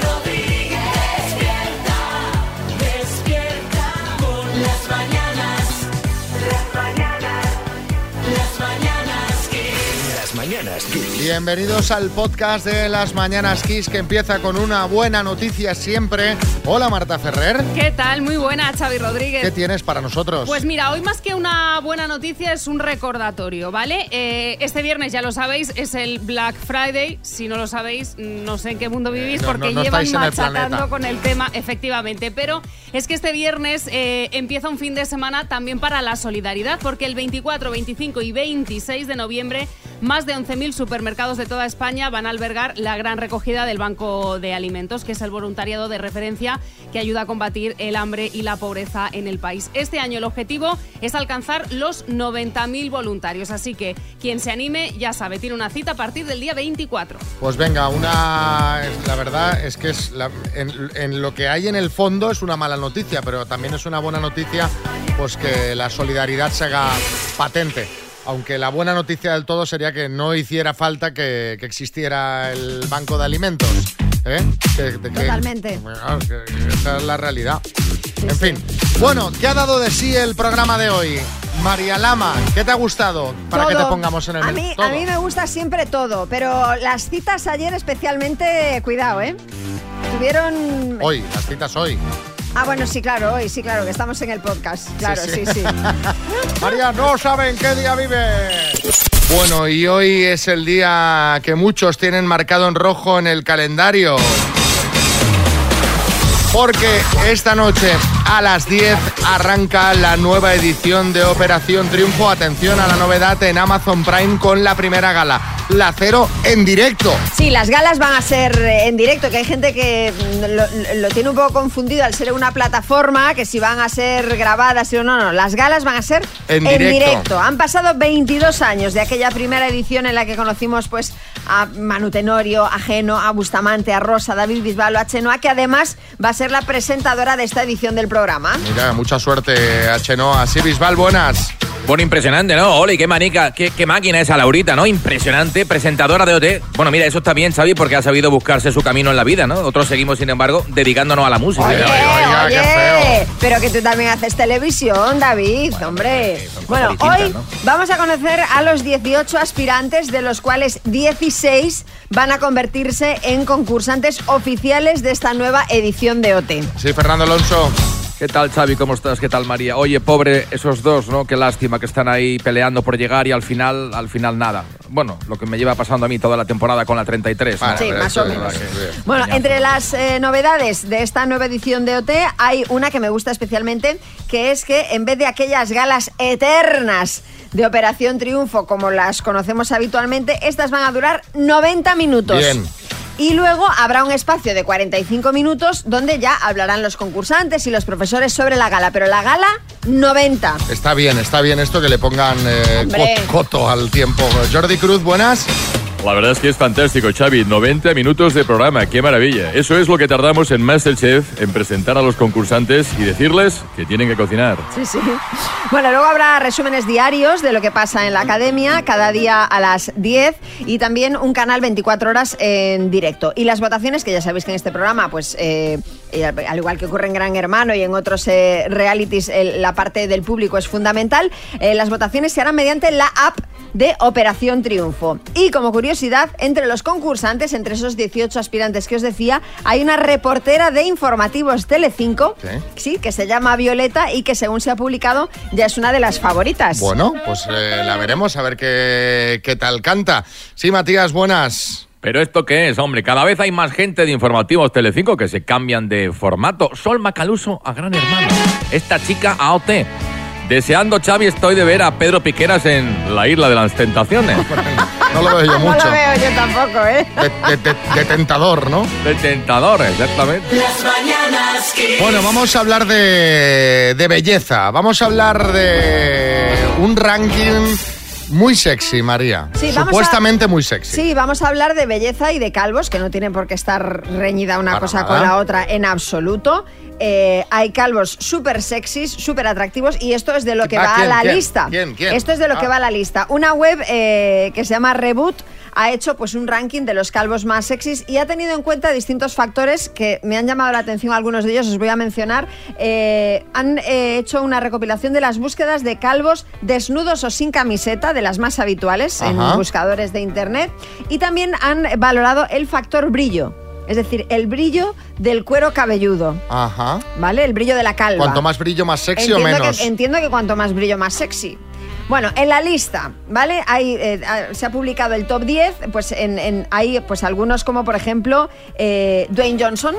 Rodríguez, despierta, despierta con las mañanas, las mañanas, las mañanas que Las mañanas Kiss. Bienvenidos al podcast de las Mañanas Kiss que empieza con una buena noticia siempre. Hola Marta Ferrer, ¿Qué tal? Muy buena, Xavi Rodríguez. ¿qué tienes para nosotros? Pues mira, hoy más que una buena noticia es un recordatorio, ¿vale? Eh, este viernes, ya lo sabéis, es el Black Friday. Si no lo sabéis, no sé en qué mundo vivís Eh, no, porque no llevan estáis en el planeta. machacando con el tema, efectivamente. Pero es que este viernes eh, empieza un fin de semana también para la solidaridad porque el 24, 25 y 26 de noviembre más de 11.000 supermercados de toda España van a albergar la gran recogida del Banco de Alimentos, que es el voluntariado de referencia que ayuda a combatir el hambre y la pobreza en el país. Este año el objetivo es alcanzar los 90.000 voluntarios, así que quien se anime ya sabe, tiene una cita a partir del día 24. Pues venga, una. La verdad es que es la- en, en lo que hay en el fondo es una mala noticia, pero también es una buena noticia, pues que la solidaridad se haga patente. Aunque la buena noticia del todo sería que no hiciera falta que, que existiera el banco de alimentos. ¿eh? Que- de que- Totalmente. Bueno, claro, que- que esa es la realidad. en fin. Bueno, ¿qué ha dado de sí el programa de hoy? María Lama, ¿qué te ha gustado para que Todo. te pongamos en el a men- mí, todo? a mí me gusta siempre todo, pero las citas ayer especialmente, cuidado, ¿eh? Tuvieron... Hoy, las citas hoy. Ah, bueno, sí, claro, hoy, sí, claro, que estamos en el podcast. Claro, sí, sí. María, no saben qué día vive. Bueno, y hoy es el día que muchos tienen marcado en rojo en el calendario. Porque esta noche a las 10 arranca la nueva edición de Operación Triunfo. Atención a la novedad en Amazon Prime con la primera gala, la cero en directo. Sí, las galas van a ser eh, en directo, que hay gente que mm, lo, lo tiene un poco confundido al ser una plataforma, que si van a ser grabadas, si no, no, no, las galas van a ser En directo. Han pasado 22 años de aquella primera edición en la que conocimos pues a Manu Tenorio, a Geno, a Bustamante, a Rosa, a David Bisbal, a Chenoa, que además va a ser la presentadora de esta edición del programa. Mira, mucha suerte a Chenoa. Sí, Bisbal, buenas. Bueno, impresionante, ¿no? Oli, qué manica, qué, qué máquina esa Laurita, ¿no? Impresionante, presentadora de OT. Bueno, mira, eso está bien, Xavi, porque ha sabido buscarse su camino en la vida, ¿no? Otros seguimos, sin embargo, dedicándonos a la música. Oye, eh. oiga, oye, qué feo. pero que tú también haces televisión, David, hombre. pero son cosas Bueno, distintas, hoy ¿no? vamos a conocer a los 18 aspirantes, de los cuales 16 van a convertirse en concursantes oficiales de esta nueva edición de OT. Sí, Fernando Alonso. ¿Qué tal, Xavi? ¿Cómo estás? ¿Qué tal, María? Oye, pobre esos dos, ¿no? Qué lástima que están ahí peleando por llegar y al final, al final nada. Bueno, lo que me lleva pasando a mí toda la temporada con la 33. ¿no? Vale, Sí, pero más eso o es menos. verdad que- Bueno, Coñazo. entre las eh, novedades de esta nueva edición de OT hay una que me gusta especialmente, que es que en vez de aquellas galas eternas de Operación Triunfo como las conocemos habitualmente, estas van a durar 90 minutos. Bien. Y luego habrá un espacio de 45 minutos donde ya hablarán los concursantes y los profesores sobre la gala, pero la gala 90. Está bien, está bien esto que le pongan eh, Hombre. co- coto al tiempo. Jordi Cruz, buenas. La verdad es que es fantástico, Xavi. 90 minutos de programa, qué maravilla. Eso es lo que tardamos en Masterchef, en presentar a los concursantes y decirles que tienen que cocinar. Sí, sí. Bueno, luego habrá resúmenes diarios de lo que pasa en la academia, cada día a las 10 y también un canal 24 horas en directo. Y las votaciones, que ya sabéis que en este programa, pues eh, eh, al igual que ocurre en Gran Hermano y en otros eh, realities, el- la parte del público es fundamental, eh, las votaciones se harán mediante la app de Operación Triunfo. Y como curiosidad, entre los concursantes, entre esos 18 aspirantes que os decía, hay una reportera de informativos Telecinco Sí. Sí, que se llama Violeta y que según se ha publicado ya es una de las favoritas. Bueno, pues eh, la veremos, a ver qué, qué tal canta. Sí, Matías, buenas. Pero esto qué es, hombre, cada vez hay más gente de informativos Telecinco que se cambian de formato. Sol Macaluso a Gran Hermano. Esta chica a OT. Deseando, Xavi, estoy de ver a Pedro Piqueras en la isla de las tentaciones. No lo veo yo Ah, no mucho. lo veo yo tampoco, ¿eh? De, de- de- de tentador, ¿no? De tentador, exactamente. las mañanas que Bueno, vamos a hablar de, de belleza. Vamos a hablar de un ranking muy sexy, María. Sí, vamos a- Supuestamente muy sexy. Sí, vamos a hablar de belleza y de calvos, que no tienen por qué estar reñida una Para cosa nada. con la otra en absoluto. eh, hay calvos súper sexys, súper atractivos y esto es de lo que Ah, va a ¿quién, la quién? lista. ¿Quién, quién? Esto es de lo Ah. que va a la lista. Una web eh, que se llama Reboot ha hecho pues un ranking de los calvos más sexys y ha tenido en cuenta distintos factores que me han llamado la atención algunos de ellos, os voy a mencionar. Eh, han eh, hecho una recopilación de las búsquedas de calvos desnudos o sin camiseta, de las más habituales en Ajá. buscadores de internet, y también han valorado el factor brillo, es decir, el brillo del cuero cabelludo, Ajá. ¿vale? El brillo de la calva. Ah. Cuanto más brillo, más sexy entiendo o menos. Que, entiendo que cuanto más brillo, más sexy. Bueno, en la lista, ¿vale? Hay, eh, ah, se ha publicado el top 10, pues en, en- hay pues algunos como por ejemplo eh, Dwayne Johnson,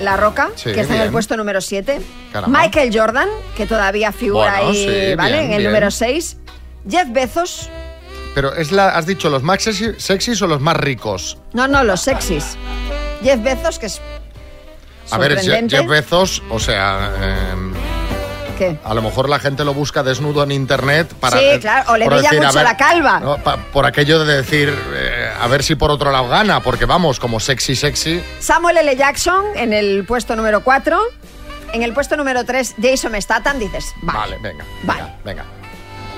La Roca, Sí, que está en el bien. puesto número 7, Caramba. Michael Jordan, que todavía figura Bueno, ahí, sí, ¿vale? bien, en el bien. número 6, Jeff Bezos, Pero es la, ¿has dicho los más sexy- sexys o los más ricos? no, no, los sexys. Jeff Bezos, que es... A ver, Je- sorprendente. Jeff Bezos, o sea, eh, ¿Qué? a lo mejor la gente lo busca desnudo en internet para. Sí, eh, claro, o le por brilla decir, a mucho la calva. no, pa- por aquello de decir, eh, a ver si por otro lado gana, porque vamos, como sexy, sexy. Samuel L. Jackson en el puesto número 4. En el puesto número 3, Jason Statham, dices, Vale, vale. venga. Vale. Venga. venga.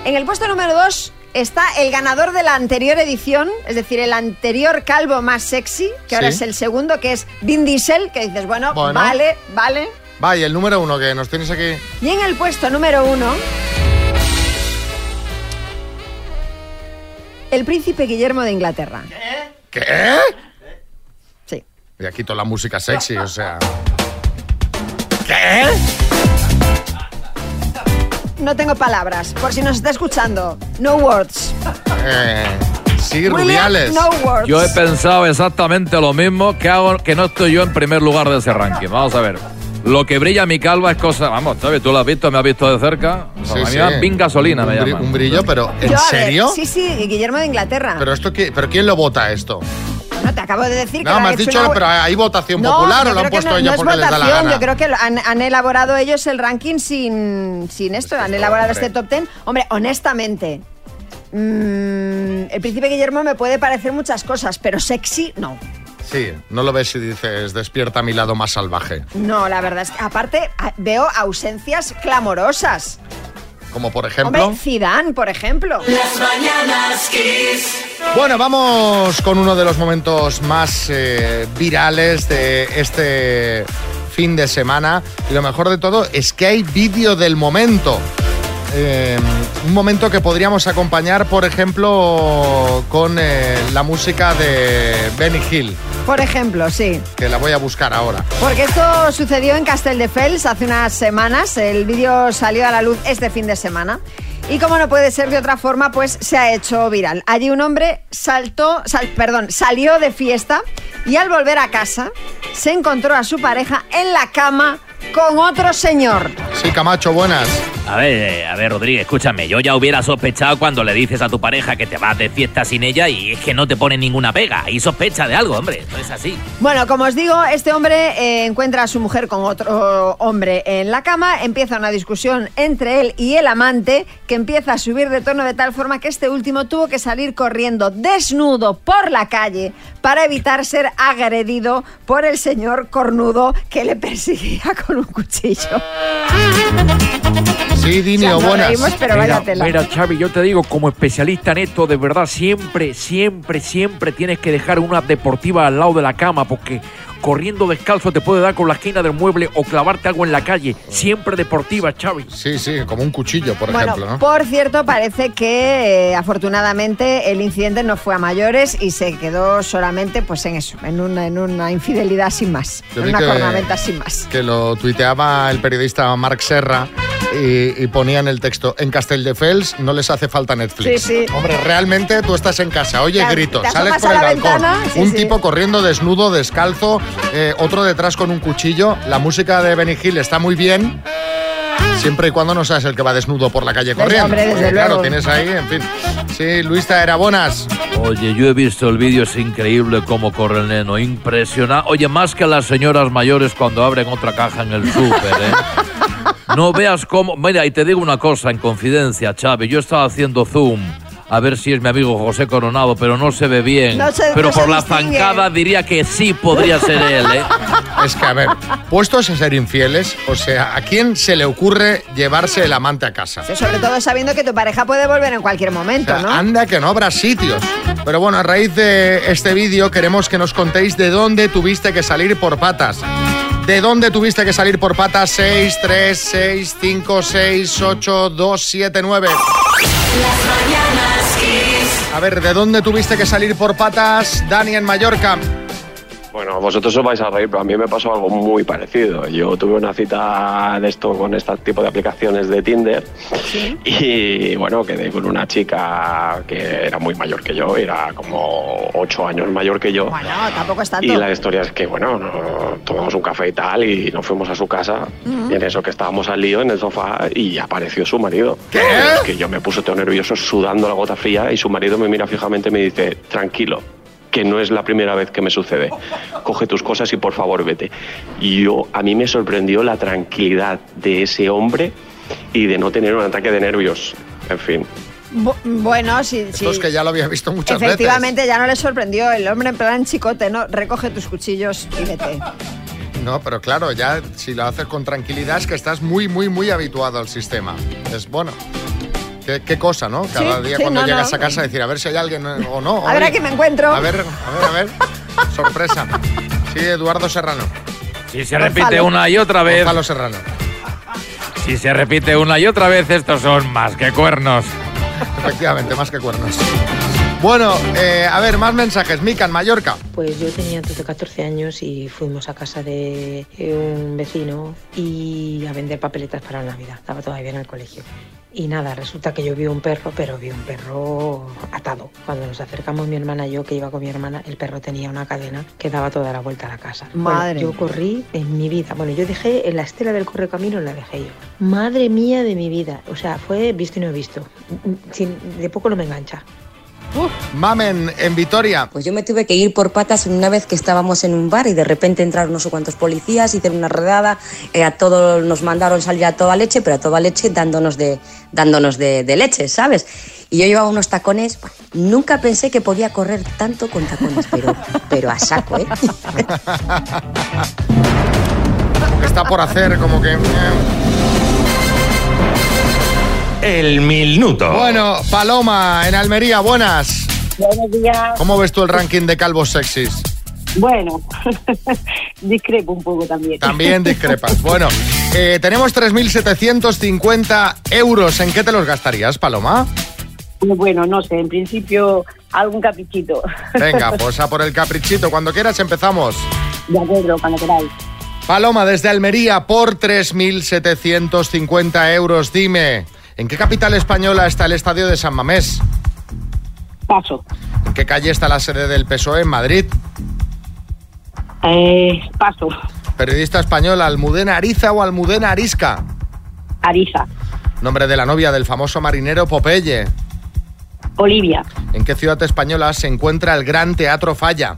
En el puesto número 2 está el ganador de la anterior edición, es decir, el anterior calvo más sexy, que ahora Sí. es el segundo, que es Vin Diesel, que dices, bueno, Bueno. vale, vale. Va, y el número uno que nos tienes aquí. Y en el puesto número 1, el príncipe Guillermo de Inglaterra. ¿Qué? Sí. Y aquí toda la música sexy, o sea. No tengo palabras, por si nos está escuchando. No words. eh, sí, William, Rubiales. no words. Yo he pensado exactamente lo mismo que hago, que no estoy yo en primer lugar de ese ranking. Vamos a ver. Lo que brilla mi calva es cosa, vamos, ¿sabes? Tú lo has visto, me has visto de cerca. Sí, a mí sí. me dan pin gasolina, un, me bri- llaman. Un brillo, pero ¿en Yo, a ver, serio? sí, sí, Guillermo de Inglaterra. Pero esto qui- pero quién lo vota esto? no, te acabo de decir que... No, lo me han has hecho dicho, una- pero hay votación No, popular o yo lo han creo que puesto no, ellos no es porque les da la votación, gana. Yo creo que lo- han, han elaborado ellos el ranking sin, sin esto, han elaborado hombre. este top ten. Hombre, honestamente, mm, el príncipe Guillermo me puede parecer muchas cosas, pero sexy no. Sí, no lo ves si dices despierta mi lado más salvaje. No, la verdad es que aparte a- veo ausencias clamorosas. Como por ejemplo. Hombre, Zidane, por ejemplo. Las mañanas kiss. Bueno, vamos con uno de los momentos más eh, virales de este fin de semana. Y lo mejor de todo es que hay vídeo del momento. Eh, un momento que podríamos acompañar, por ejemplo, con eh, la música de Benny Hill, Por ejemplo, sí. que la voy a buscar ahora. Porque esto sucedió en Castelldefels hace unas semanas. El vídeo salió a la luz este fin de semana. Y como no puede ser de otra forma, pues se ha hecho viral. Allí un hombre saltó, sal- perdón, salió de fiesta y al volver a casa se encontró a su pareja en la cama con otro señor. Sí, Camacho, buenas. A ver, eh, a ver, Rodríguez, escúchame. Yo ya hubiera sospechado cuando le dices a tu pareja que te vas de fiesta sin ella y es que no te pone ninguna pega. Y sospecha de algo, hombre. No es así. Bueno, como os digo, este hombre eh, encuentra a su mujer con otro hombre en la cama, empieza una discusión entre él y el amante, que empieza a subir de tono de tal forma que este último tuvo que salir corriendo desnudo por la calle para evitar ser agredido por el señor cornudo que le perseguía con un cuchillo. Sí, Dinio, O sea, nos buenas. reímos, pero vaya tela. Mira, Xavi, yo te digo, como especialista en esto, de verdad, siempre, siempre, siempre tienes que dejar una deportiva al lado de la cama porque corriendo descalzo te puede dar con la esquina del mueble o clavarte algo en la calle. Siempre deportiva, Xavi. Sí, sí, como un cuchillo, por bueno, ejemplo, ¿no? por cierto, parece que eh, afortunadamente el incidente no fue a mayores y se quedó solamente pues en eso, en una, en una infidelidad sin más, Yo en vi una que- cornamenta sin más. que lo tuiteaba el periodista Marc Serra y, y ponía en el texto, en Castelldefels no les hace falta Netflix. Sí, sí. Hombre, realmente tú estás en casa, oye Te- gritos, te sales asomas por a el la balcón, ventana, sí, un sí. tipo corriendo desnudo, descalzo, eh, otro detrás con un cuchillo, la música de Benny Hill está muy bien. Siempre y cuando no seas el que va desnudo por la calle Desde- corriendo. Pues, hombre, desde Porque, Claro, luego. tienes ahí, en fin. Sí, Luista, era buenas. Oye, yo he visto el vídeo, es increíble cómo corre el neno, impresionante. Oye, más que las señoras mayores cuando abren otra caja en el súper, ¿eh? No veas cómo... Mira, y te digo una cosa en confidencia, Xavi, yo estaba haciendo zoom a ver si es mi amigo José Coronado, pero no se ve bien. No se- pero no se por la distingue. zancada diría que sí podría ser él, ¿eh? Es que, a ver, puestos a ser infieles, o sea, ¿a quién se le ocurre llevarse el amante a casa? Sí, Sobre todo sabiendo que tu pareja puede volver en cualquier O sea, momento, ¿no? Anda que no habrá sitios. Pero bueno, a raíz de este vídeo queremos que nos contéis de dónde tuviste que salir por patas. ¿De dónde tuviste que salir por patas? 6, 3, 6, 5, 6, 8, 2, 7, 9. A ver, ¿de dónde tuviste que salir por patas, Dani, en Mallorca? Bueno, vosotros os vais a reír, pero a mí me pasó algo muy parecido. Yo tuve una cita de esto con este tipo de aplicaciones de Tinder y bueno, quedé con una chica que era muy mayor que yo, era como ocho años mayor que yo. Bueno, ah, tampoco es Y tanto. la historia es que, bueno, no- tomamos un café y tal y nos fuimos a su casa. Y en eso que estábamos al lío en el sofá y apareció su marido. ¿Qué? Pero Es que yo me puse todo nervioso sudando la gota fría y su marido me mira fijamente y me dice, tranquilo, que no es la primera vez que me sucede. Coge tus cosas y por favor vete. Y yo, a mí me sorprendió la tranquilidad de ese hombre y de no tener un ataque de nervios. En fin. Bu- bueno, sí, sí. Esto es que ya lo había visto muchas veces. Efectivamente, ya no le sorprendió el hombre en plan chicote, ¿no? Recoge tus cuchillos y vete. No, pero claro, ya si lo haces con tranquilidad es que estás muy, muy, muy habituado al sistema. Es bueno. Qué, qué cosa, ¿no? Cada Sí, día sí, cuando no, llegas no. a casa decir a ver si hay alguien eh, o no. A ver a oye. quién me encuentro. A ver, a ver, a ver. Sorpresa. Sí, Eduardo Serrano. Si se Gonzalo. repite una y otra vez, Gonzalo Serrano. si se repite una y otra vez, estos son más que cuernos. Efectivamente, más que cuernos. Bueno, eh, a ver, más mensajes. Mica en Mallorca. Pues yo tenía entonces 14 años y fuimos a casa de eh, un vecino y a vender papeletas para Navidad. Estaba todavía en el colegio. Y nada, resulta que yo vi un perro, pero vi un perro atado. Cuando nos acercamos mi hermana y yo, que iba con mi hermana, el perro tenía una cadena que daba toda la vuelta a la casa. Bueno, Madre yo mía. corrí en mi vida. Bueno, yo dejé en la estela del correcamino, la dejé yo. Madre mía de mi vida. O sea, fue visto y no visto. Sin- de poco no me engancha. Mamen en Vitoria. Pues yo me tuve que ir por patas una vez que estábamos en un bar y de repente entraron no sé cuántos policías, hicieron una redada, eh, a todos nos mandaron salir a toda leche, pero a toda leche dándonos de, dándonos de, de leche, ¿sabes? Y yo llevaba unos tacones, nunca pensé que podía correr tanto con tacones, pero, pero a saco, ¿eh? Que está por hacer como que... eh. El minuto. Bueno, Paloma en Almería, buenas. Buenos días. ¿Cómo ves tú el ranking de calvos sexys? Bueno, discrepo un poco también. También discrepas. Bueno, eh, tenemos 3.750 euros. ¿En qué te los gastarías, Paloma? Bueno, no sé, en principio algún caprichito. Venga, pues a por el caprichito. Cuando quieras empezamos. De acuerdo, cuando queráis. Paloma, desde Almería, por 3.750 euros. Dime, ¿en qué capital española está el estadio de San Mamés? Paso. ¿En qué calle está la sede del PSOE E? en Madrid? Eh, paso. Periodista española, Almudena Ariza o Almudena Arisca. Arisa. Nombre de la novia del famoso marinero Popeye. Olivia. ¿En qué ciudad española se encuentra el Gran Teatro Falla?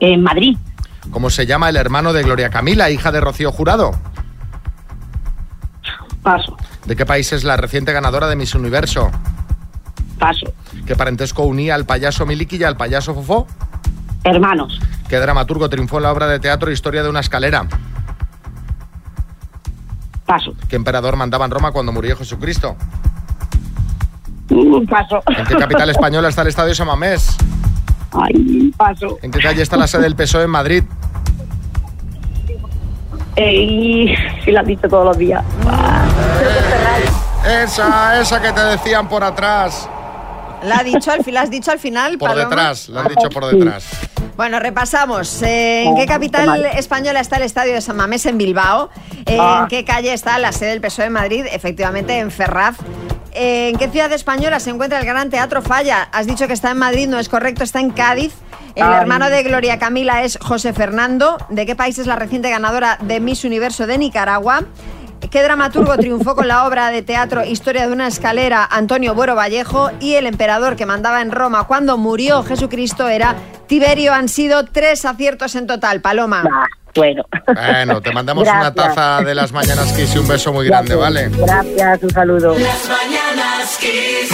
En Madrid. ¿Cómo se llama el hermano de Gloria Camila, hija de Rocío Jurado? Paso. ¿De qué país es la reciente ganadora de Miss Universo? Paso. ¿Qué parentesco unía al payaso Miliki y al payaso Fofó? Hermanos. ¿Qué dramaturgo triunfó en la obra de teatro Historia de una escalera? Paso. ¿Qué emperador mandaba en Roma cuando murió Jesucristo? Mm, Paso. ¿En qué capital española está el Estadio Samamés? Ay, paso. ¿En qué calle está la sede del PSOE E en Madrid? Eh, y si la has visto todos los días. Esa, esa que te decían por atrás. La ha dicho al, fi- la has dicho al final, Por Paloma? detrás, Ah, lo han dicho por detrás. Bueno, repasamos. Eh, ¿En Oh, qué capital qué mal. española está el estadio de San Mamés en Bilbao? Eh, Ah. ¿En qué calle está la sede del PSOE de E Madrid? Efectivamente, en Ferraz. Eh, ¿En qué ciudad española se encuentra el Gran Teatro Falla? Has dicho que está en Madrid, no es correcto, está en Cádiz. El Ay. hermano de Gloria Camila es José Fernando. ¿De qué país es la reciente ganadora de Miss Universo de Nicaragua? ¿Qué dramaturgo triunfó con la obra de teatro Historia de una escalera Antonio Buero Vallejo? Y el emperador que mandaba en Roma cuando murió Jesucristo era Tiberio. Han sido tres aciertos en total, Paloma. Ah, Bueno. Bueno, te mandamos una Gracias. taza de las mañanas Kiss y un beso muy grande, ¿vale? Gracias, un saludo. Las mañanas Kiss.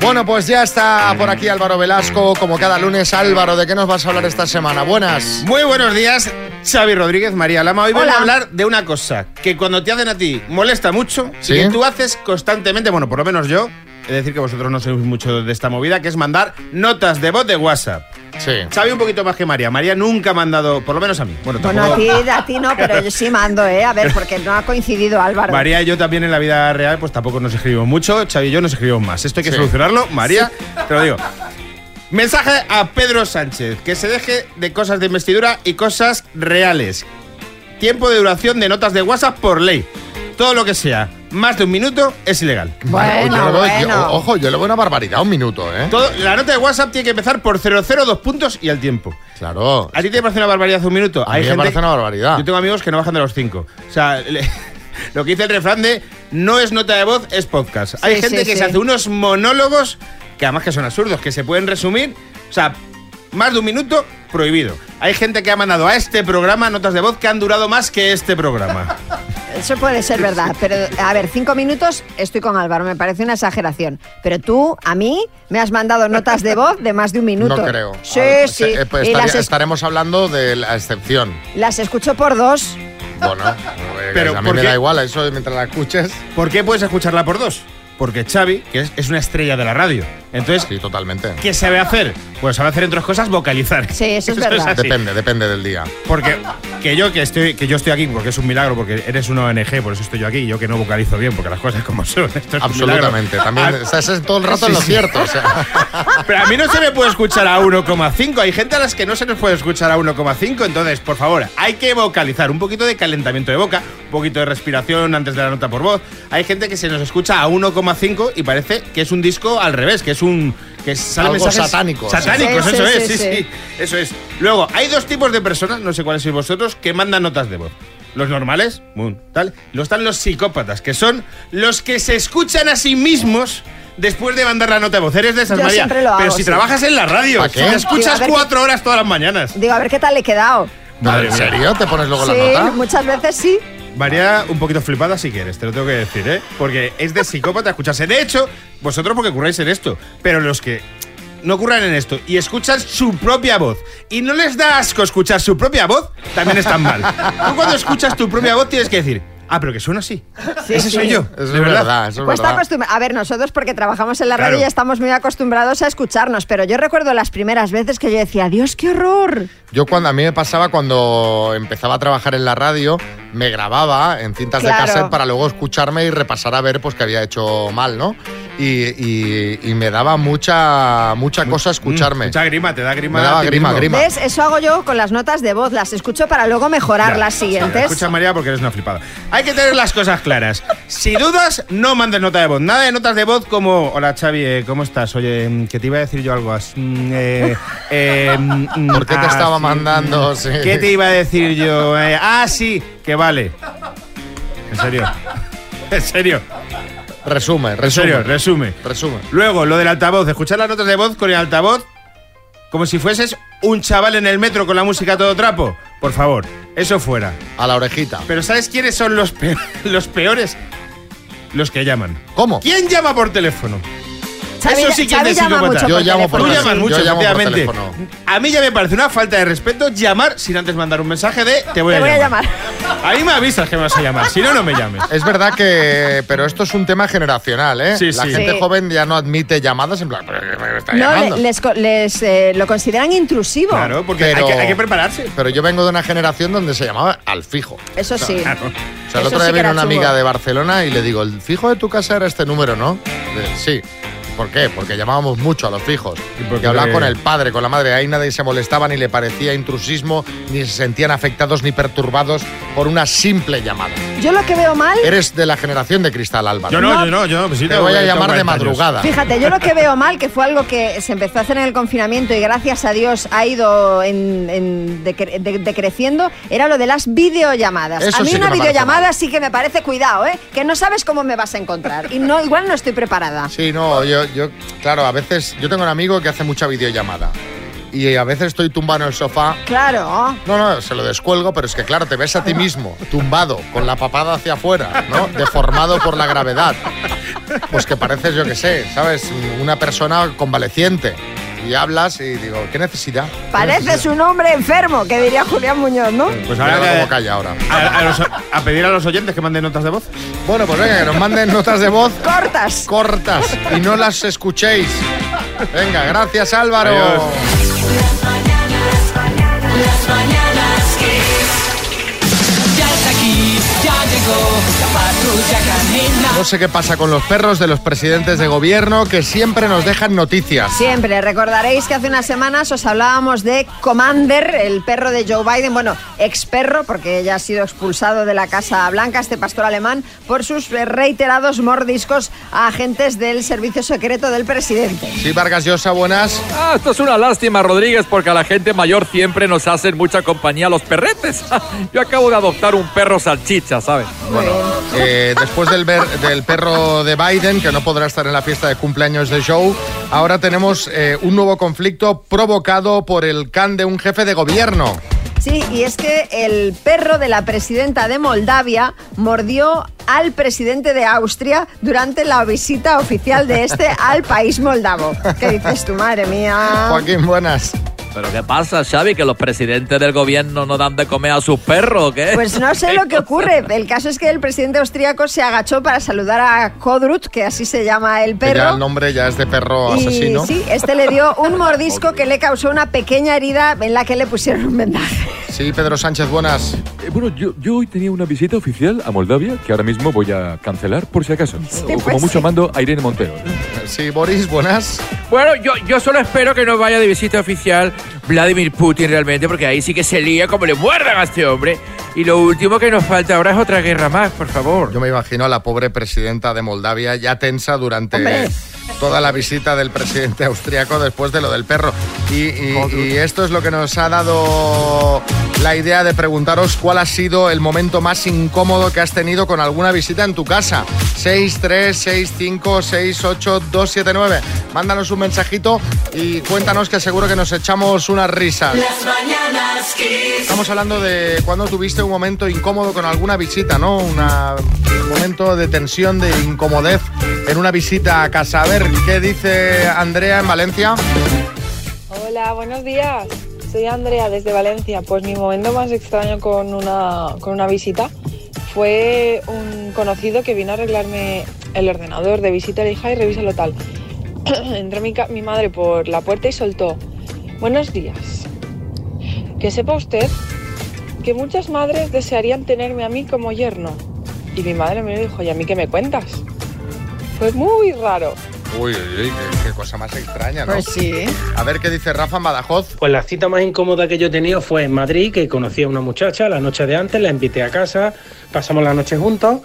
Bueno, pues ya está por aquí Álvaro Velasco, como cada lunes. Álvaro, ¿de qué nos vas a hablar esta semana? Buenas. Muy buenos días, Xavi Rodríguez, María Lama. Hoy vengo Hola. a hablar de una cosa que cuando te hacen a ti molesta mucho ¿Sí? y que tú haces constantemente, bueno, por lo menos yo, es decir que vosotros no sois mucho de esta movida, que es mandar notas de voz de WhatsApp. Sí. Xavi un poquito más que María. María nunca ha mandado, por lo menos a mí. Bueno, Bueno, a tampoco- ti, a ti no, pero yo sí mando, ¿eh? A ver, porque no ha coincidido Álvaro. María y yo también en la vida real, pues tampoco nos escribimos mucho. Xavi y yo nos escribimos más. Esto hay que Sí. solucionarlo. María, te lo digo. Mensaje a Pedro Sánchez, que se deje de cosas de investidura y cosas reales. Tiempo de duración de notas de WhatsApp por ley. Todo lo que sea más de un minuto es ilegal. Bueno, Yo lo veo- yo- bueno. ojo, yo le veo una barbaridad, un minuto, ¿eh? Todo- la nota de WhatsApp tiene que empezar por 002 puntos y al tiempo. Claro. ¿A ti te parece una barbaridad un minuto? A mí me parece una barbaridad. Yo tengo amigos que no bajan de los 5. O sea, le- lo que dice el refrán de no es nota de voz, es podcast. Hay Sí, gente sí, que sí. se hace unos monólogos que además que son absurdos, que se pueden resumir. O sea, más de un minuto, prohibido. Hay gente que ha mandado a este programa notas de voz que han durado más que este programa. Eso puede ser verdad, pero a ver, cinco minutos estoy con Álvaro, me parece una exageración. Pero tú, a mí, me has mandado notas de voz de más de un minuto. No creo. Sí, A ver, sí. se- eh, pues y estaría- las, es- Estaremos hablando de la excepción. las escucho por dos. Bueno, Ah, Pero, pues a mí ¿por me qué? da igual eso mientras la escuches. ¿Por qué puedes escucharla por dos? Porque Xavi, que es, es una estrella de la radio. Entonces, sí, totalmente. ¿qué sabe hacer? Pues sabe hacer, entre otras cosas, vocalizar. Sí, eso es verdad. así. Depende, depende del día. Porque que yo que estoy que yo estoy aquí porque es un milagro porque eres una ONG, por eso estoy yo aquí, y yo que no vocalizo bien porque las cosas como son. Esto es un Absolutamente. milagro. También Ah, estás todo el rato en lo Sí, sí. cierto. o sea. Pero a mí no se me puede escuchar a 1,5. Hay gente a las que no se les puede escuchar a 1,5. Entonces, por favor, hay que vocalizar. Un poquito de calentamiento de boca, un poquito de respiración antes de la nota por voz. Hay gente que se nos escucha a 1,5 y parece que es un disco al revés, que es un. que sale Algo mensajes satánico. Satánicos, Sí, sí, eso sí, es, sí, sí, sí. sí. Eso es. Luego, hay dos tipos de personas, no sé cuáles sois vosotros, que mandan notas de voz. Los normales, mm, tal. Los están los psicópatas, que son los que se escuchan a sí mismos después de mandar la nota de voz. Eres de esas, Yo María. siempre lo hago, Pero si sí. trabajas en la radio, ¿Para si qué? te Digo, a escuchas ver qué- cuatro horas todas las mañanas. Digo, a ver qué tal he quedado. Madre ¿En mía. serio? ¿Te pones luego sí, la nota? muchas veces sí. María, un poquito flipada si quieres, te lo tengo que decir, ¿eh? Porque es de psicópata escucharse. De hecho, vosotros porque curráis en esto, pero los que no curran en esto y escuchan su propia voz y no les da asco escuchar su propia voz, también están mal. Tú cuando escuchas tu propia voz tienes que decir, ah, pero que suena así. Sí, Ese sí. soy yo. de Eso es verdad. verdad, eso es Cuesta acostumbrar- A ver, nosotros porque trabajamos en la Claro. radio ya estamos muy acostumbrados a escucharnos, pero yo recuerdo las primeras veces que yo decía, Dios, qué horror. Yo cuando a mí me pasaba cuando empezaba a trabajar en la radio, me grababa en cintas Claro. de cassette para luego escucharme y repasar a ver pues que había hecho mal, ¿no? Y, y- y me daba mucha mucha cosa escucharme. mm, Mucha grima, te da grima. Me daba a ti grima, mismo. grima. ¿Ves? Eso hago yo con las notas de voz, las escucho para luego mejorar Ya, las sí, siguientes. Escucha, María, porque eres una flipada. Hay que tener las cosas claras. Si dudas, no mandes nota de voz. Nada de notas de voz como. Hola, Xavi, eh, ¿cómo estás? Oye, mm, que te iba a decir yo algo. as- mm, eh, eh, mm, ¿Por qué te ah, estaba sí, mandando? mm, Sí. ¿Qué te iba a decir yo? Eh, ah, sí, que vale. En serio. En serio. Resume, En serio, resume. resume. Resume. Luego, lo del altavoz. Escuchar las notas de voz con el altavoz como si fueses un chaval en el metro con la música a todo trapo. Por favor, eso fuera. A la orejita. Pero ¿sabes quiénes son los, pe- los peores? Los que llaman. ¿Cómo? ¿Quién llama por teléfono? Xavi- Eso sí que Xavi es de llama psicópata. mucho Yo por llamo teléfono. por Tú teléfono. llamas Yo mucho, llamo por efectivamente. teléfono. A mí ya me parece una falta de respeto llamar sin antes mandar un mensaje de te voy, Te a, voy a llamar. llamar. Ahí me avisas que me vas a llamar, si no, no me llames. Es verdad que, pero esto es un tema generacional, ¿eh? Sí, La sí. gente Sí. joven ya no admite llamadas en plan, "Pero que me está No, llamando". le- les, co- les, eh, lo consideran intrusivo. Claro, porque hay que- hay que prepararse. Pero yo vengo de una generación donde se llamaba al fijo. Eso sí. O sea, el Eso otro día sí que vino era una chungo. amiga de Barcelona y le digo, el fijo de tu casa era este número, ¿no? Le- sí. ¿Por qué? Porque llamábamos mucho a los fijos. Y Y porque- hablaba con el padre, con la madre. Ahí nadie se molestaba, ni le parecía intrusismo, ni se sentían afectados ni perturbados por una simple llamada. Yo lo que veo mal, Eres de la generación de cristal, Álvaro. Yo no, yo no, yo no. pues sí, Te tengo voy a 40 llamar de años. madrugada. fíjate, yo lo que veo mal, que fue algo que se empezó a hacer en el confinamiento y gracias a Dios ha ido en- en decre- de- decreciendo, era lo de las videollamadas. Eso a mí sí que una me parece videollamada sí que me parece, cuidado, ¿eh? que no sabes cómo me vas a encontrar. Y no, igual no estoy preparada. Sí, no, yo, yo, claro, a veces yo tengo un amigo que hace mucha videollamada. y a veces estoy tumbado en el sofá. Claro. No, no, se lo descuelgo, pero es que claro, te ves a ti mismo, tumbado, con la papada hacia afuera, ¿no? Deformado por la gravedad. Pues que pareces, yo qué sé, ¿sabes? Una persona convaleciente. Y hablas y digo, ¿qué necesidad? ¿Qué Pareces un hombre enfermo, que diría Julián Muñoz, ¿no? Pues ahora Míralo que- como calla ahora. A, a los- a pedir a los oyentes que manden notas de voz. Bueno, pues venga, que nos manden notas de voz. Cortas. Cortas. Y no las escuchéis. Venga, gracias Álvaro. Adiós. Las mañanas Kiss. Ya está aquí, ya llegó, la patrulla canina. No sé qué pasa con los perros de los presidentes de gobierno que siempre nos dejan noticias. Siempre recordaréis que hace unas semanas os hablábamos de Commander, el perro de Joe Biden, bueno, ex perro, porque ya ha sido expulsado de la Casa Blanca, este pastor alemán, por sus reiterados mordiscos a agentes del servicio secreto del presidente. Sí, Vargas Llosa, buenas. Ah, esto es una lástima, Rodríguez, porque a la gente mayor siempre nos hacen mucha compañía los perretes. Yo acabo de adoptar un perro salchicha, ¿sabes? Bueno, eh, después del, ver- del perro de Biden, que no podrá estar en la fiesta de cumpleaños de Joe, ahora tenemos eh, un nuevo conflicto provocado por el can de un jefe de gobierno. Sí, y es que el perro de la presidenta de Moldavia mordió al presidente de Austria durante la visita oficial de este al país moldavo. ¿Qué dices tú, madre mía? Joaquín, buenas. ¿Pero qué pasa, Xavi? ¿Que los presidentes del gobierno no dan de comer a sus perros o qué? Pues no sé lo que ocurre. El caso es que el presidente austríaco se agachó para saludar a Kodrut, que así se llama el Que ya el perro. nombre ya es de perro Y asesino. sí, este le dio un mordisco que le causó una pequeña herida en la que le pusieron un vendaje. Sí, Pedro Sánchez, buenas. Eh, bueno, yo, yo hoy tenía una visita oficial a Moldavia que ahora mismo voy a cancelar por si acaso. o como pues mucho mando a Irene Montero. Eh, Sí, Boris, buenas. Bueno, yo, yo solo espero que no vaya de visita oficial Vladimir Putin realmente, porque ahí sí que se lía como le muerdan a este hombre. Y lo último que nos falta ahora es otra guerra más, por favor. Yo me imagino a la pobre presidenta de Moldavia ya tensa durante Hombre. toda la visita del presidente austriaco después de lo del perro. Y, y- y esto es lo que nos ha dado la idea de preguntaros cuál ha sido el momento más incómodo que has tenido con alguna visita en tu casa. 636568279. Mándanos un mensajito y cuéntanos que seguro que nos echamos unas risas. Las mañanas Kiss. Estamos hablando de cuando tuviste un momento incómodo con alguna visita, ¿no? Una- un momento de tensión, de incomodez en una visita a casa. A ver, ¿qué dice Andrea en Valencia? Hola, buenos días. Soy Andrea desde Valencia. Pues mi momento más extraño con una, con una visita fue un conocido que vino a arreglarme el ordenador de visita. Le dije, ay, revísalo tal. Entró mi, ca- mi madre por la puerta y soltó, buenos días. Que sepa usted que muchas madres desearían tenerme a mí como yerno. Y mi madre me dijo, ¿y a mí qué me cuentas? Fue muy raro. Uy, uy, uy, qué, qué cosa más extraña, ¿no? Pues sí. A ver qué dice Rafa en Badajoz. Pues la cita más incómoda que yo he tenido fue en Madrid, que conocí a una muchacha la noche de antes, la invité a casa, pasamos la noche juntos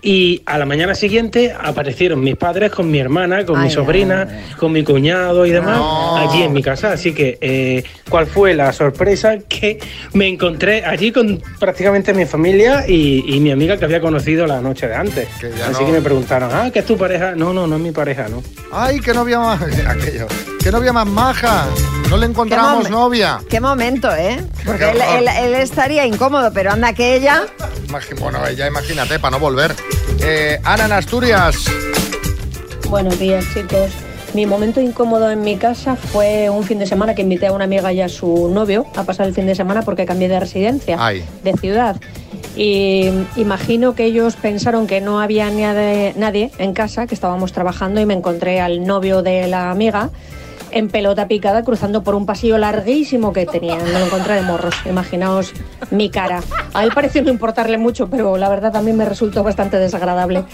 y a la mañana siguiente aparecieron mis padres con mi hermana, con mi Ay, sobrina, con mi cuñado y demás aquí en mi casa. Así que, eh, ¿cuál fue la sorpresa que me encontré allí con prácticamente mi familia y, y mi amiga que había conocido la noche de antes? Que ya Así no- que me preguntaron, ah, ¿que es tu pareja? No, no, no es mi pareja, no. Ay, qué novia más aquello. Qué novia más maja. No le encontramos momen- novia. Qué momento, ¿eh? Porque Qué él, horror. él- él estaría incómodo, pero anda que ella... Imagi- Bueno, ya imagínate para no volver. Eh, Ana en Asturias. Buenos días, chicos. Mi momento incómodo en mi casa fue un fin de semana que invité a una amiga y a su novio a pasar el fin de semana porque cambié de residencia, Ay. de ciudad. Y mm, imagino que ellos pensaron que no había ni ade- nadie en casa, que estábamos trabajando y me encontré al novio de la amiga en pelota picada cruzando por un pasillo larguísimo que tenía. Me lo encontré de morros, imaginaos mi cara. A él pareció no importarle mucho, pero la verdad también me resultó bastante desagradable.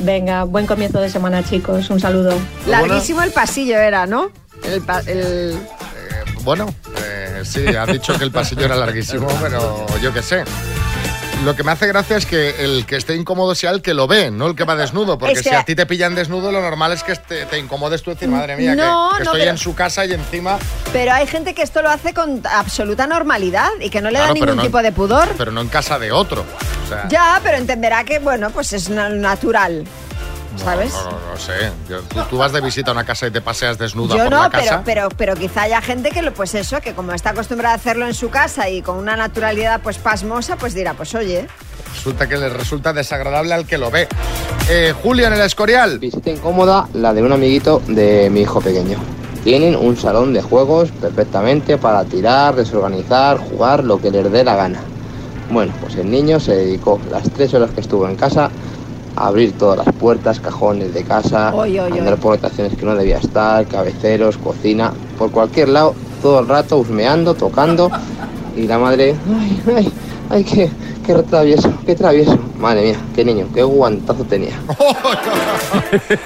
Venga, buen comienzo de semana, chicos. Un saludo. Larguísimo el pasillo era, ¿no? El pa- el- Bueno, eh, sí, ha dicho que el pasillo era larguísimo, pero yo qué sé. Lo que me hace gracia es que el que esté incómodo sea el que lo ve, no el que va desnudo. Porque Es que- si a ti te pillan desnudo, lo normal es que te, te incomodes tú y decir, madre mía, que- No, que, no, estoy pero- en su casa y encima. Pero hay gente que esto lo hace con absoluta normalidad y que no le Claro, da pero ningún no- tipo de pudor. Pero no en casa de otro. O sea, Ya, pero entenderá que, bueno, pues es na- natural. ¿sabes? No, no, no sé. Yo- tú, tú vas de visita a una casa y te paseas desnuda Yo por no, la pero, casa. pero, pero quizá haya gente que, lo, pues eso, que como está acostumbrada a hacerlo en su casa y con una naturalidad pues pasmosa, pues dirá, pues oye, Resulta que le resulta desagradable al que lo ve. Eh, Julia en el Escorial. Visita incómoda la de un amiguito de mi hijo pequeño. Tienen un salón de juegos perfectamente para tirar, desorganizar, jugar lo que les dé la gana. Bueno, pues el niño se dedicó las tres horas que estuvo en casa a abrir todas las puertas, cajones de casa, Oy, oy, oy. andar por habitaciones que no debía estar, cabeceros, cocina, por cualquier lado, todo el rato husmeando, tocando y la madre, ay, ay, ay, qué, qué travieso, qué travieso. Madre mía, qué niño, qué guantazo tenía.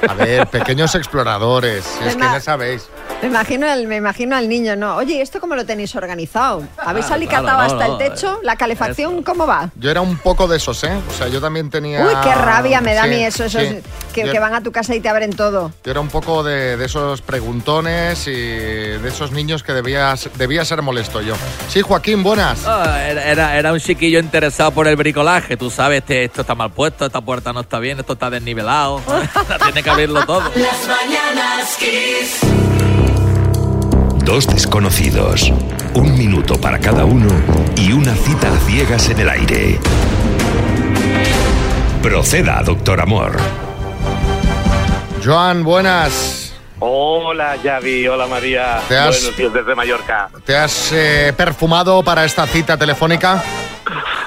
A ver, pequeños exploradores. si Es que Venga. ya sabéis. me imagino, al- me imagino al niño, ¿no? Oye, ¿y ¿esto cómo lo tenéis organizado? ¿Habéis Ah, alicatado claro, no, hasta no, el techo? ¿La calefacción cómo va? Yo era un poco de esos, ¿eh? O sea, yo también tenía. Uy, qué rabia me da a Sí, mí eso, esos sí. que, Yo- que van a tu casa y te abren todo. Yo era un poco de, de esos preguntones y de esos niños que debías, debía ser molesto yo. Sí, Joaquín, buenas. Ah, era, era- era un chiquillo interesado por el bricolaje. Tú sabes, este- esto está mal puesto, esta puerta no está bien, esto está desnivelado. Tiene que abrirlo todo. Las mañanas Kiss. Dos desconocidos, un minuto para cada uno y una cita a ciegas en el aire. Proceda, doctor Amor. Joan, buenas. Hola Xavi, hola María. Te has- Buenos días desde Mallorca. ¿Te has eh, perfumado para esta cita telefónica?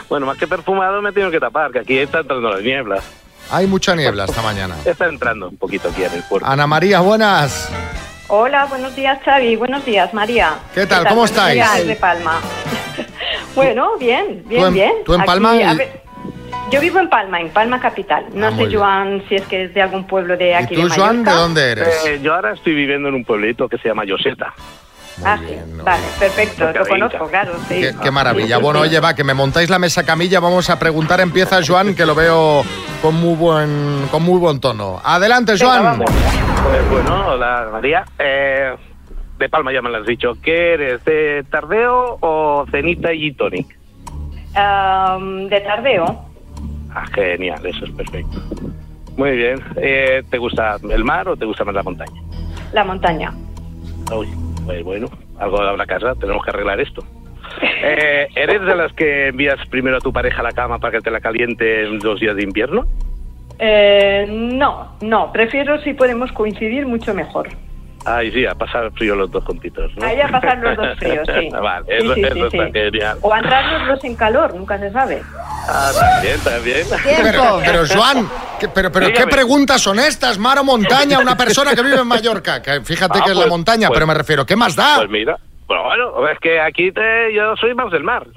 Bueno, más que perfumado me he tenido que tapar, que aquí está entrando las nieblas. Hay mucha niebla esta mañana. Está entrando un poquito aquí en el puerto. Ana María, buenas. Hola, buenos días Xavi, buenos días María. ¿Qué tal? ¿Cómo Buenos estáis? días desde Palma. bueno, bien, bien, ¿Tú en- bien. tú en Palma a y- ver, yo vivo en Palma, en Palma capital. No Ah, muy sé, bien. Joan, si es que es de algún pueblo de aquí de Mallorca. Eh, yo ahora estoy viviendo en un pueblito que se llama Yoseta. ah, sí, vale, perfecto, lo conozco, claro, sí. Qué, qué maravilla. Bueno, oye, va, que me montáis la mesa camilla. Vamos a preguntar. Empieza Joan, que lo veo con muy buen, con muy buen tono. Adelante, Joan. Pues bueno, hola María. Eh, de Palma ya me lo has dicho. ¿Qué eres? ¿De tardeo o cenita y gin tonic? Am, de tardeo. Ah, genial, eso es perfecto. Muy bien. Eh, ¿Te gusta el mar o te gusta más la montaña? La montaña. Uy, pues bueno, algo de la casa, tenemos que arreglar esto. Eh, ¿Eres de las que envías primero a tu pareja a la cama para que te la caliente en los días de invierno? Eh, no, no, prefiero si podemos coincidir mucho mejor. Ay, sí, a pasar frío los dos juntitos, ¿no? Ahí a pasar los dos fríos, sí. Vale, Sí, eso, sí, sí, eso sí. está genial. O entrar los dos en calor, nunca se sabe. Ah, también, también. Pero, pero, Joan, ¿qué- pero, pero ¿qué Dígame. preguntas son estas? Mar o montaña, una persona que vive en Mallorca. Que fíjate Ah, que es la pues- montaña, pues- pero me refiero, ¿qué más da? Pues mira, bueno, bueno, es que aquí te, yo soy más del mar.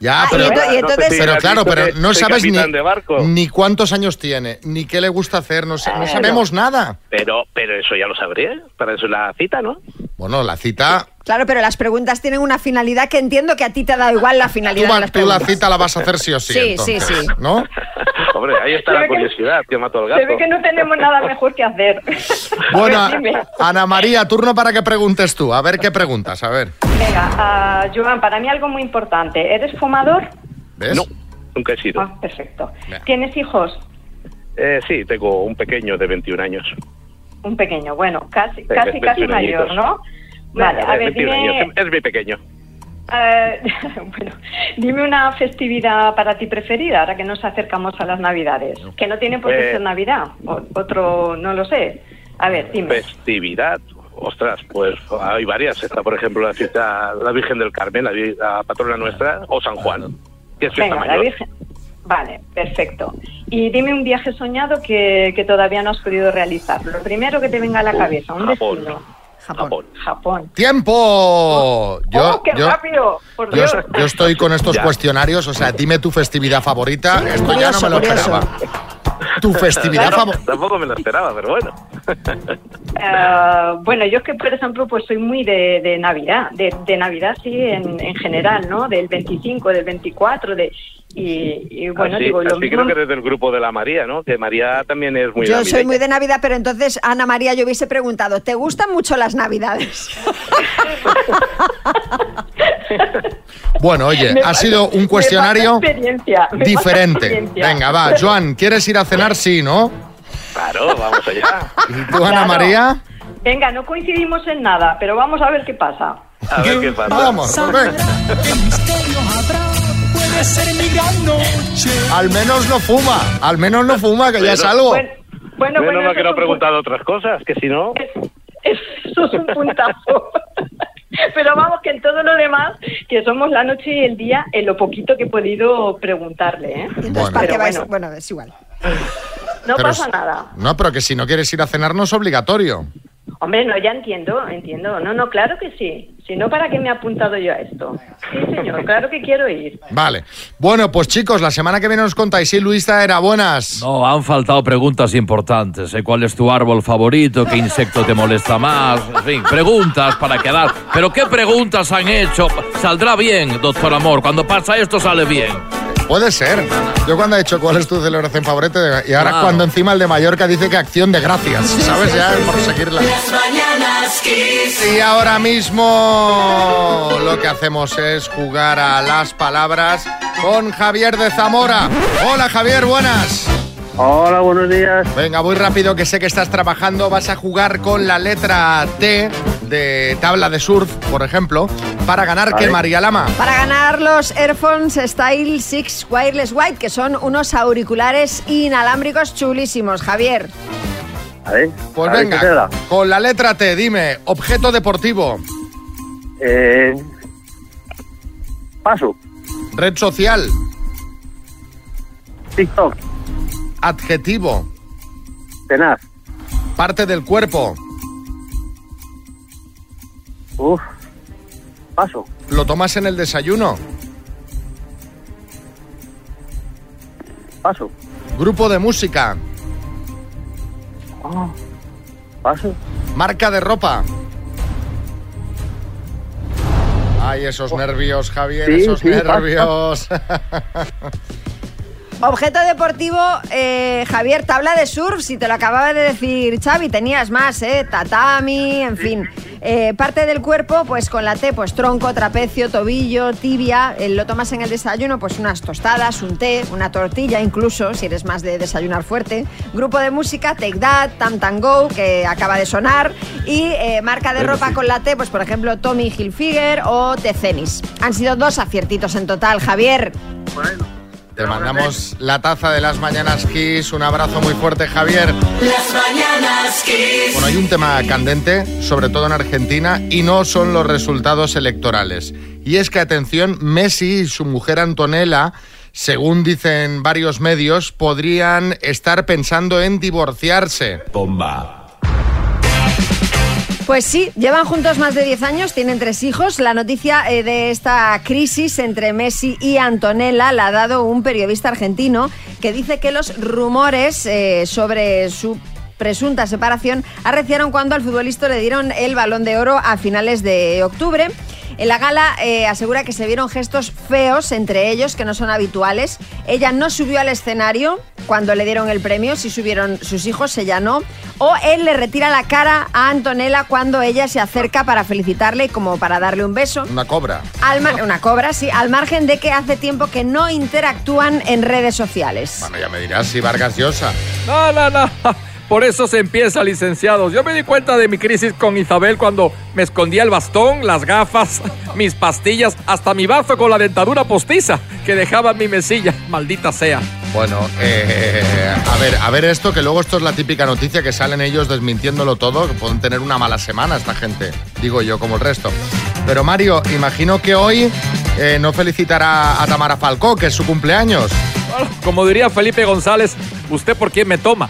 Ya, Ah, pero, y ento- y pero entonces- pero Sí, claro, has visto pero que no soy sabes ni, capitán de barco. ni cuántos años tiene, ni qué le gusta hacer, no, sa- no Claro. sabemos nada. Pero, pero eso ya lo sabré, para eso es la cita, ¿no? Bueno, la cita, Claro, pero las preguntas tienen una finalidad que entiendo que a ti te da igual la tú, finalidad va- de las tú la preguntas. cita la vas a hacer sí o sí. Sí, entonces, sí, sí. ¿No? Hombre, ahí está la curiosidad que mató al Se ve gato. que no tenemos nada mejor que hacer. Bueno, A ver, dime. Ana María, turno para que preguntes tú. A ver qué preguntas, a ver. Venga, ah, Joan, para mí algo muy importante. ¿Eres fumador? ¿Ves? No, nunca he sido. Ah, perfecto. ¿Tienes hijos? Eh, sí, tengo un pequeño de 21 años. Un pequeño, bueno, casi, Venga, casi, casi 21 mayor, añitos. ¿no? Vale, a Venga, de ver, 21 dime, años. Es mi pequeño. eh, bueno, dime una festividad para ti preferida, ahora que nos acercamos a las Navidades. Que no tiene por qué Eh. ser Navidad, o- otro, no lo sé. A ver, dime. Festividad. Ostras, pues hay varias. Está, por ejemplo, la fiesta la Virgen del Carmen, la, vi- la patrona nuestra, o San Juan, que es fiesta Venga, la mayor. Virgen. Vale, perfecto. Y dime un viaje soñado que, que todavía no has podido realizar. Lo primero que te venga a la cabeza, un Japón. destino. Japón. Japón. ¡Tiempo! Yo, ¡Oh, qué yo- rápido! Por yo, Dios. yo estoy con estos Ya. cuestionarios, o sea, dime tu festividad favorita. Esto ya no curioso, me lo curioso. esperaba. Tu festividad Claro, favorita. Tampoco me lo esperaba, pero bueno. Eh, bueno, yo es que, por ejemplo, pues soy muy de, de Navidad, de, de Navidad sí, en, en general, ¿no? Del 25, del 24, de... Y, y bueno, así digo, lo así mismo... creo que eres del grupo de la María, ¿no? Que María también es muy yo soy navideña. muy de Navidad, pero entonces, Ana María, yo hubiese preguntado, ¿te gustan mucho las Navidades? Bueno, oye, Me ha falta- sido un me cuestionario falta experiencia, me falta diferente. experiencia. Venga, va, Joan, ¿quieres ir a cenar? Sí, ¿no? Claro, vamos allá. ¿Y tú, Ana María? Venga, no coincidimos en nada, pero vamos a ver qué pasa. A ver qué pasa. Vamos, venga. ¿Qué misterio habrá? Puede ser mi gran noche. Al menos no fuma, al menos no fuma, que ya es Bueno, algo. bueno. Bueno, Menos bueno, mal eso que no es he un preguntado otras cosas, que si no... Eso es un puntazo. Pero vamos, que en todo lo demás, que somos la noche y el día, en lo poquito que he podido preguntarle. ¿eh? Entonces, ¿para Pero qué vais? bueno, Bueno, es igual. no Pero pasa es- nada. No, pero que si no quieres ir a cenar no es obligatorio. Hombre, no, ya entiendo, entiendo. No, no, claro que sí. Si no, ¿para qué me he apuntado yo a esto? Sí, señor, claro que quiero ir. Vale. Bueno, pues chicos, la semana que viene nos contáis si Luisa era buenas. No, han faltado preguntas importantes. ¿eh? ¿Cuál es tu árbol favorito? ¿Qué insecto te molesta más? En fin, preguntas para quedar. ¿Pero qué preguntas han hecho? Saldrá bien, doctor Amor. Cuando pasa esto sale bien. Puede ser. Yo cuando he hecho cuál es tu celebración favorita de- y ahora Claro. cuando encima el de Mallorca dice que acción de gracias, ¿sabes? Ya por seguirla. Las mañanas Kiss. Y ahora mismo lo que hacemos es jugar a las palabras con Javier de Zamora. Hola Javier, buenas. Hola, buenos días. Venga, voy rápido que sé que estás trabajando. Vas a jugar con la letra T de tabla de surf, por ejemplo, para ganar Vale. que María Lama. Para ganar los Airphones Style 6 Wireless White, que son unos auriculares inalámbricos chulísimos, Javier. Pues a ver qué venga, será. con la letra T, dime, objeto deportivo, Eh, paso, red social, TikTok, adjetivo, tenaz. parte del cuerpo. Uf, paso. ¿Lo tomas en el desayuno? Paso. Grupo de música, Oh, paso. marca de ropa. Ay, esos nervios, Javier, Oh. Sí, esos sí, pasa. nervios. Objeto deportivo, eh, Javier, tabla de surf, si te lo acababa de decir Xavi, tenías más, ¿eh? Tatami, en fin. Eh, parte del cuerpo, pues con la T, pues tronco, trapecio, tobillo, tibia. Eh, lo tomas en el desayuno, pues unas tostadas, un té, una tortilla incluso, si eres más de desayunar fuerte. Grupo de música, Take That, Tam Tam Go, que acaba de sonar. Y eh, marca de Bueno, ropa sí. con la T, pues por ejemplo Tommy Hilfiger o Tecenis. Han sido dos aciertitos en total, Javier. Te mandamos la taza de las mañanas Kiss. Un abrazo muy fuerte, Javier. Las mañanas Kiss. Bueno, hay un tema candente, sobre todo en Argentina, y no son los resultados electorales. Y es que, atención, Messi y su mujer Antonella, según dicen varios medios, podrían estar pensando en divorciarse. Bomba. Pues sí, llevan juntos más de 10 años, tienen tres hijos. La noticia eh, de esta crisis entre Messi y Antonella la ha dado un periodista argentino que dice que los rumores eh, sobre su presunta separación arreciaron cuando al futbolista le dieron el balón de oro a finales de octubre. En la gala eh, asegura que se vieron gestos feos entre ellos que no son habituales. Ella no subió al escenario cuando le dieron el premio, si subieron sus hijos, ella no. O él le retira la cara a Antonella cuando ella se acerca para felicitarle y como para darle un beso. Una cobra. Al mar- una cobra, sí, al margen de que hace tiempo que no interactúan en redes sociales. Bueno, ya me dirás si Vargas Llosa. No, no, no. Por eso se empieza, licenciados. Yo me di cuenta de mi crisis con Isabel cuando me escondía el bastón, las gafas, mis pastillas, hasta mi bazo con la dentadura postiza que dejaba en mi mesilla. Maldita sea. Bueno, eh, a ver, a ver esto, que luego esto es la típica noticia que salen ellos desmintiéndolo todo, que pueden tener una mala semana esta gente, digo yo, como el resto. Pero Mario, imagino que hoy eh, no felicitará a Tamara Falcó, que es su cumpleaños. Como diría Felipe González, ¿usted por quién me toma?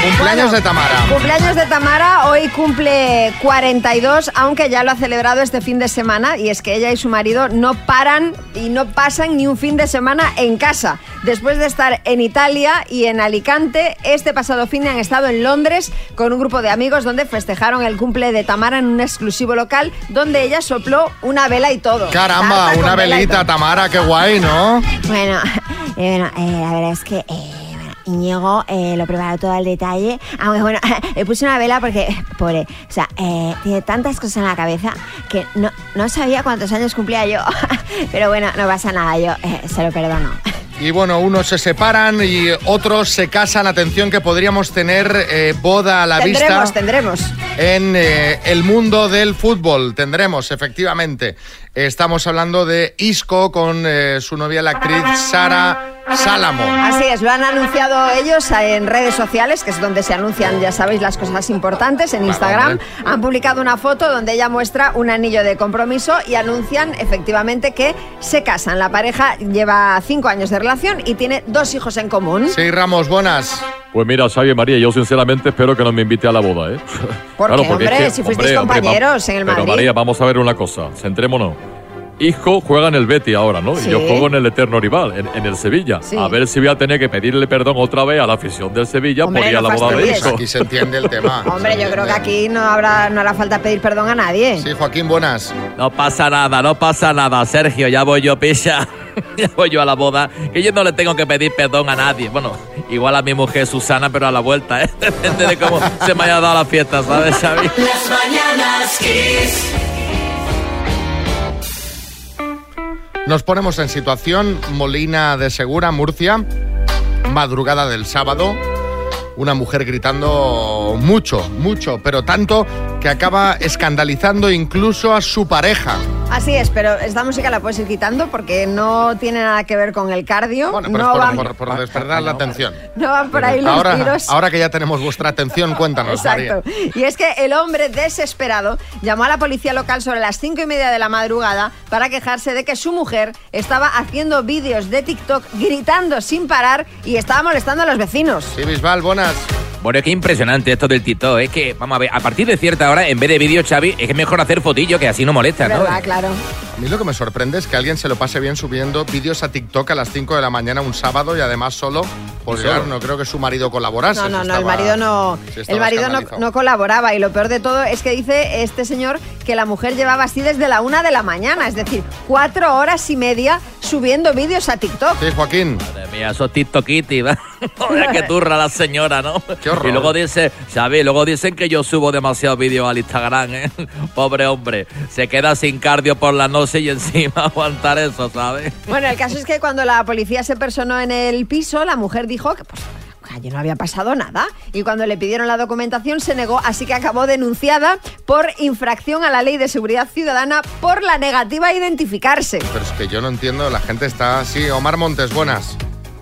Cumpleaños de Tamara. Cumpleaños de Tamara, hoy cumple 42, aunque ya lo ha celebrado este fin de semana, y es que ella y su marido no paran y no pasan ni un fin de semana en casa. Después de estar en Italia y en Alicante, este pasado fin de han estado en Londres con un grupo de amigos donde festejaron el cumple de Tamara en un exclusivo local donde ella sopló una vela y todo. Caramba, Tarta con una vela y todo. velita, Tamara, qué guay, ¿no? Bueno, eh, bueno, eh, la verdad es que eh, bueno, Íñigo eh, lo preparó todo al detalle. Aunque bueno, le puse una vela porque, pobre, o sea, eh, tiene tantas cosas en la cabeza que no, no sabía cuántos años cumplía yo. Pero bueno, no pasa nada, yo eh, se lo perdono. Y bueno, unos se separan y otros se casan. Atención que podríamos tener eh, boda a la Tendremos, vista. tendremos. En eh, el mundo del fútbol tendremos, efectivamente. Estamos hablando de Isco con eh, su novia, la actriz Sara Salamo. Así es, lo han anunciado ellos en redes sociales, que es donde se anuncian, ya sabéis, las cosas importantes. En Instagram han publicado una foto donde ella muestra un anillo de compromiso y anuncian efectivamente que se casan. La pareja lleva cinco años de relación y tiene dos hijos en común. Sí, Ramos, buenas. Pues mira, Xavi María, yo sinceramente espero que no me invite a la boda, ¿eh? ¿Por qué, hombre? Si hombre, fuisteis va- compañeros en el Pero Madrid. María, vamos a ver una cosa, centrémonos. Isco juega en el Betty ahora, ¿no? Sí. Y yo juego en el eterno rival, en, en el Sevilla. Sí. A ver si voy a tener que pedirle perdón otra vez a la afición del Sevilla Hombre, por ir a no la boda de fastidies. Pues Isco. Aquí se entiende el tema. Hombre, yo creo que aquí no habrá no hará falta pedir perdón a nadie. Sí, Joaquín, buenas. No pasa nada, no pasa nada, Sergio, ya voy yo, pisa. Ya voy yo a la boda, que yo no le tengo que pedir perdón a nadie. Bueno, igual a mi mujer Susana, pero a la vuelta, ¿eh? Depende de cómo se me haya dado la fiesta, ¿sabes, Xavi? Las mañanas Kiss. Nos ponemos en situación Molina de Segura, Murcia, madrugada del sábado. Una mujer gritando mucho, mucho, pero tanto que acaba escandalizando incluso a su pareja. Así es, pero esta música la puedes ir quitando porque no tiene nada que ver con el cardio. Bueno, pero no, es van, por, por- por despertar la atención. no van por ahí los Ahora, tiros. ahora que ya tenemos vuestra atención, cuéntanos, Exacto. María. Y es que el hombre desesperado llamó a la policía local sobre las cinco y media de la madrugada para quejarse de que su mujer estaba haciendo vídeos de TikTok gritando sin parar y estaba molestando a los vecinos. Sí, Bisbal, buenas. Bueno, es que impresionante esto del TikTok. Es que, vamos a ver, a partir de cierta hora, en vez de vídeo, Xavi, es que mejor hacer fotillo, que así no molesta, ¿no? ¿Verdad? Claro. A mí lo que me sorprende es que alguien se lo pase bien subiendo vídeos a TikTok a las 5 de la mañana un sábado y además solo, porque solo. claro, no creo que su marido colaborase. No, no, si no, el estaba- marido no, si estaba el marido no, escandalizado. no colaboraba y lo peor de todo es que dice este señor que la mujer llevaba así desde la una de la mañana, es decir, cuatro horas y media subiendo vídeos a TikTok. Sí, Joaquín. Madre mía, eso es TikTokiti, ¿verdad? Joder, que turra la señora, ¿no? Y luego dice, ¿sabes? Luego dicen que yo subo demasiados vídeos al Instagram, ¿eh? Pobre hombre, se queda sin cardio por la noche y encima aguantar eso, ¿sabes? Bueno, el caso es que cuando la policía se personó en el piso, la mujer dijo que pues, allí no había pasado nada y cuando le pidieron la documentación se negó, así que acabó denunciada por infracción a la ley de seguridad ciudadana por la negativa a identificarse. Pero es que yo no entiendo, la gente está así. Omar Montes, buenas.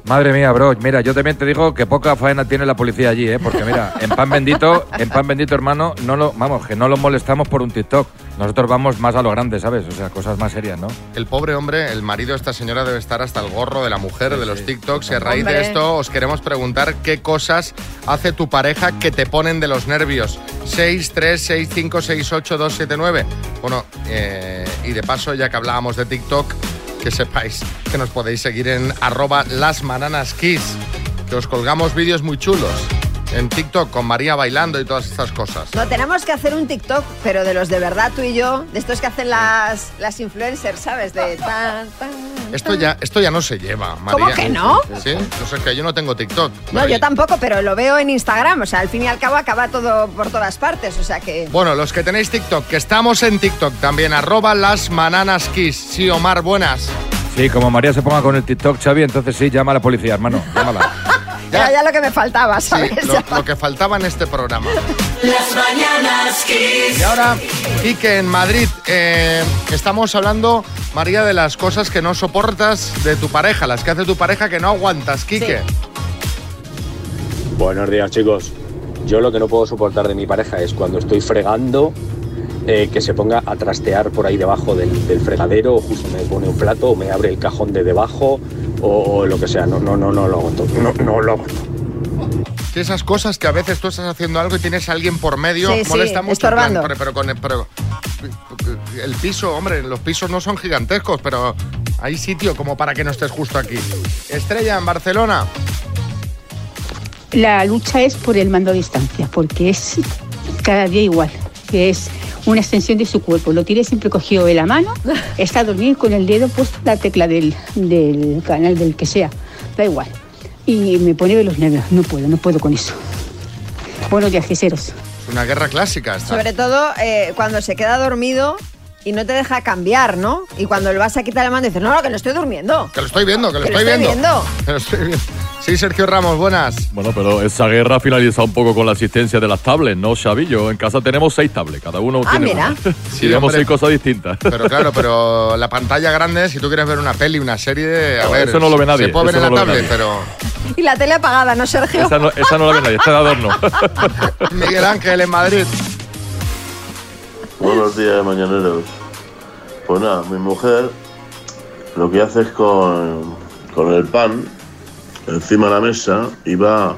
Madre mía, bro. Mira, yo también te digo que poca faena tiene la policía allí, ¿eh? Porque mira, en pan bendito, en pan bendito, hermano, no lo, vamos, que no los molestamos por un TikTok. Nosotros vamos más a lo grande, ¿sabes? O sea, cosas más serias, ¿no? El pobre hombre, el marido de esta señora debe estar hasta el gorro de la mujer, de los TikToks. Y a raíz de Hombre. esto os queremos preguntar qué cosas hace tu pareja que te ponen de los nervios. 6, 3, 6, 5, 6, 8, 2, 7, 9. Bueno, eh, y de paso, ya que hablábamos de TikTok, que sepáis que nos podéis seguir en arroba lasmananaskiss, que os colgamos vídeos muy chulos en TikTok con María bailando y todas estas cosas. No, tenemos que hacer un TikTok, pero de los de verdad, tú y yo, de estos que hacen las, las influencers, ¿sabes? De tan, tan. Esto ya, esto ya no se lleva, María. ¿Cómo que no? Sí, no sé, es que yo no tengo TikTok. No, yo tampoco, pero lo veo en Instagram. O sea, al fin y al cabo acaba todo por todas partes. O sea que. Bueno, los que tenéis TikTok, que estamos en TikTok también, arroba las mananas kiss. Sí, Omar, buenas. Sí, como María se ponga con el TikTok, Xavi, entonces sí, llama a la policía, hermano. Llámala. Era ya lo que me faltaba, ¿sabes? Lo, lo que faltaba en este programa. Las mañanas Kiss. Y ahora, y que en Madrid eh, estamos hablando, María, de las cosas que no soportas de tu pareja, las que hace tu pareja que no aguantas, Quique. Buenos días, chicos. Yo lo que no puedo soportar de mi pareja es cuando estoy fregando eh, que se ponga a trastear por ahí debajo del, del fregadero, o justo me pone un plato, o me abre el cajón de debajo, o, o lo que sea. No, no, no, no lo aguanto. No, no lo aguanto. Sí, esas cosas que a veces tú estás haciendo algo y tienes a alguien por medio, Sí, sí, molesta mucho. en plan, estorbando. pero, pero con el, pero- el piso, hombre, los pisos no son gigantescos, pero hay sitio como para que no estés justo aquí. Estrella en Barcelona. La lucha es por el mando a distancia, porque es cada día igual, que es una extensión de su cuerpo. Lo tiene siempre cogido de la mano, está a dormir con el dedo puesto en la tecla del, del canal del que sea, da igual. Y me pone de los nervios, no puedo, no puedo con eso. Buenos días, queseros. Es una guerra clásica esta. Sobre todo eh, cuando se queda dormido y no te deja cambiar, ¿no? Y cuando le vas a quitar la mano dices, no, no, que no estoy durmiendo. Que lo estoy viendo, que lo, Que lo estoy, estoy viendo. viendo. Que lo estoy viendo. Sí, Sergio Ramos, buenas. Bueno, pero esa guerra finaliza un poco con la asistencia de las tablets, ¿no, Xavi? Yo en casa tenemos seis tablets, cada uno Ah, tiene mira. una. Sí, Y vemos hombre. seis cosas distintas. Pero claro, pero la pantalla grande, si tú quieres ver una peli, una serie, a No, ver. eso no lo ve nadie, Se puede ver eso en no la lo ve tablet, pero. Y la tele apagada, ¿no, Sergio? Esa no, esa no la ve nadie, está de adorno. Miguel Ángel en Madrid. Buenos días, mañaneros. Pues nada, mi mujer lo que hace es con, con el pan encima de la mesa y va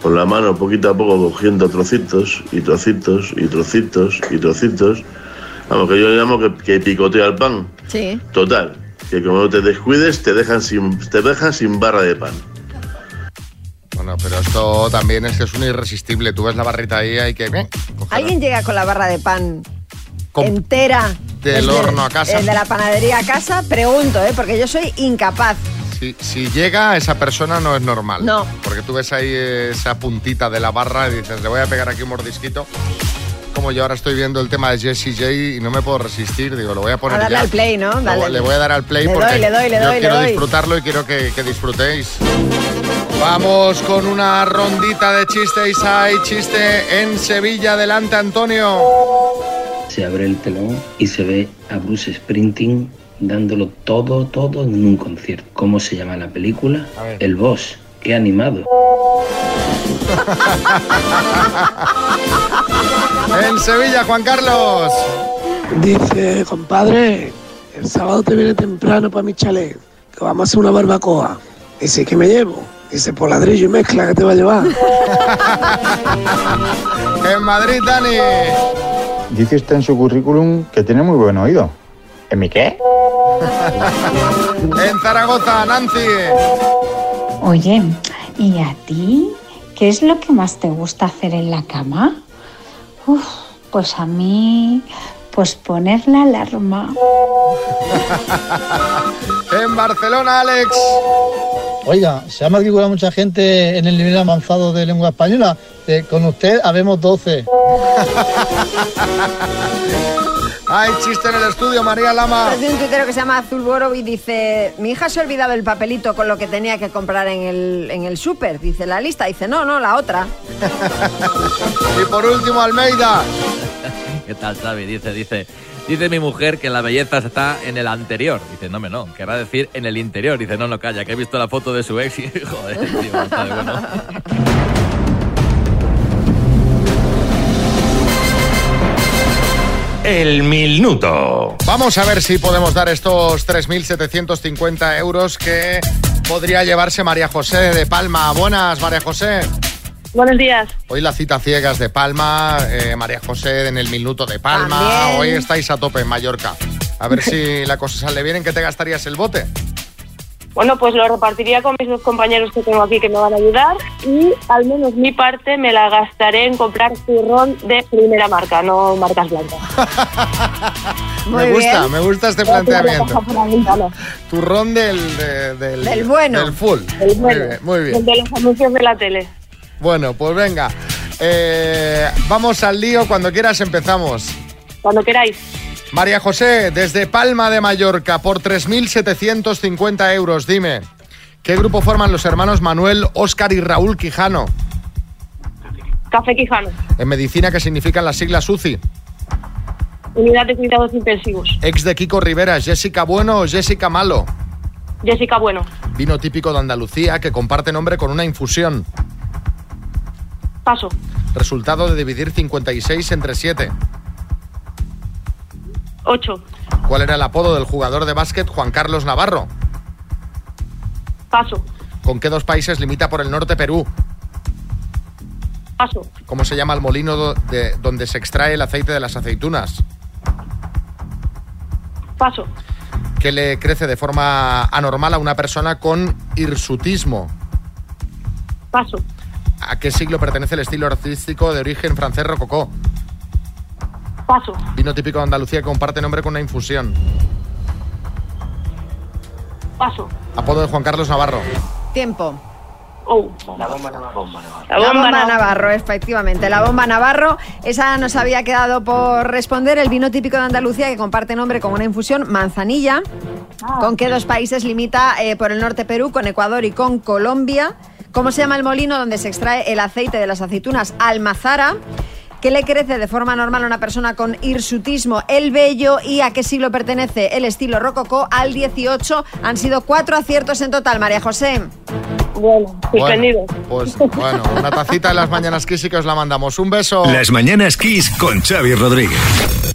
con la mano poquito a poco cogiendo trocitos y trocitos y trocitos y trocitos. Vamos, que yo le llamo que, que picotea el pan. Sí. Total, que como te descuides te dejan sin, te dejan sin barra de pan. Bueno, pero esto también es que es un irresistible. Tú ves la barrita ahí, hay que. eh, Alguien llega con la barra de pan Com- entera Del desde- horno a casa. eh, de la panadería a casa, pregunto, ¿eh? Porque yo soy incapaz. Si, si llega, esa persona no es normal. No. Porque tú ves ahí esa puntita de la barra y dices, le voy a pegar aquí un mordisquito. Como yo ahora estoy viendo el tema de Jesse J y no me puedo resistir, digo, lo voy a poner A darle ya. al play, ¿no? Lo- Dale. Le voy a dar al play Le porque doy, le doy, le yo doy, le quiero doy. disfrutarlo y quiero que, que disfrutéis. Vamos con una rondita de chistes. Hay chiste en Sevilla. Adelante, Antonio. Se abre el telón y se ve a Bruce Sprinting dándolo todo, todo en un concierto. ¿Cómo se llama la película? El Boss. Qué animado. En Sevilla, Juan Carlos. Dice, compadre, el sábado te viene temprano para mi chalet, que vamos a hacer una barbacoa. Dice, ¿qué me llevo? Dice, por ladrillo y mezcla que te va a llevar. En Madrid, Dani. Dice usted en su currículum que tiene muy buen oído. ¿En mi qué? En Zaragoza, Nancy. Oye, ¿y a ti qué es lo que más te gusta hacer en la cama? Uf, pues a mí, pues poner la alarma. En Barcelona, Alex. Oiga, se ha matriculado mucha gente en el nivel avanzado de lengua española. Eh, con usted habemos 12. Ah, Hay chiste en el estudio, María Lama. Entonces, un tuitero que se llama Azul Boro y dice, mi hija se ha olvidado el papelito con lo que tenía que comprar en el, en el súper. Dice, la lista. Dice, no, no, la otra. Y por último, Almeida. ¿Qué tal, Xavi? Dice, dice, dice mi mujer que la belleza está en el anterior. Dice, no, me no, querrá decir en el interior. Dice, no, no, calla, que he visto la foto de su ex y, joder, tío, está de bueno. El minuto. Vamos a ver si podemos dar estos 3.750 euros que podría llevarse María José de Palma. Buenas, María José. Buenos días. Hoy la cita ciegas de Palma, eh, María José en el minuto de Palma. También. Hoy estáis a tope en Mallorca. A ver si la cosa sale bien. ¿En qué te gastarías el bote? Bueno, pues lo repartiría con mis dos compañeros que tengo aquí que me van a ayudar y al menos mi parte me la gastaré en comprar turrón de primera marca, no marcas blancas. me Muy gusta, bien. me gusta este Voy a tirar la planteamiento. caja por la ventana. Turrón del, de- del, Del bueno. Del full. El Muy bueno, bien, muy bien. el de los anuncios de la tele. Bueno, pues venga. Eh, vamos al lío, cuando quieras empezamos. Cuando queráis. María José, desde Palma de Mallorca, por 3.750 euros, dime, ¿qué grupo forman los hermanos Manuel, Óscar y Raúl Quijano? Café Quijano, En medicina, ¿qué significan las siglas UCI? unidad de cuidados intensivos. Ex de Kiko Rivera, Jessica Bueno o Jessica Malo. Jessica Bueno, Vino típico de Andalucía que comparte nombre con una infusión. paso. Resultado de dividir 56 entre 7. 8, ¿Cuál era el apodo del jugador de básquet Juan Carlos Navarro? paso, ¿Con qué dos países limita por el norte Perú? paso, ¿Cómo se llama el molino do- de- donde se extrae el aceite de las aceitunas? paso. ¿Qué le crece de forma anormal a una persona con hirsutismo? Paso. ¿A qué siglo pertenece el estilo artístico de origen francés rococó? Paso. Vino típico de Andalucía que comparte nombre con una infusión. Paso. Apodo de Juan Carlos Navarro. Tiempo. Oh, la bomba Navarro. La bomba Navarro, efectivamente. La bomba Navarro, esa nos había quedado por responder. El vino típico de Andalucía que comparte nombre con una infusión manzanilla. ¿Con qué dos países limita eh, por el norte Perú, con Ecuador y con Colombia? ¿Cómo se llama el molino donde se extrae el aceite de las aceitunas? Almazara. ¿Qué le crece de forma normal a una persona con hirsutismo? El vello y a qué siglo pertenece el estilo rococó al 18. Han sido cuatro aciertos en total, María José. Bueno, suspendido. Pues bueno, una tacita de las mañanas kiss y que os la mandamos. Un beso. Las mañanas Kiss con Xavi Rodríguez.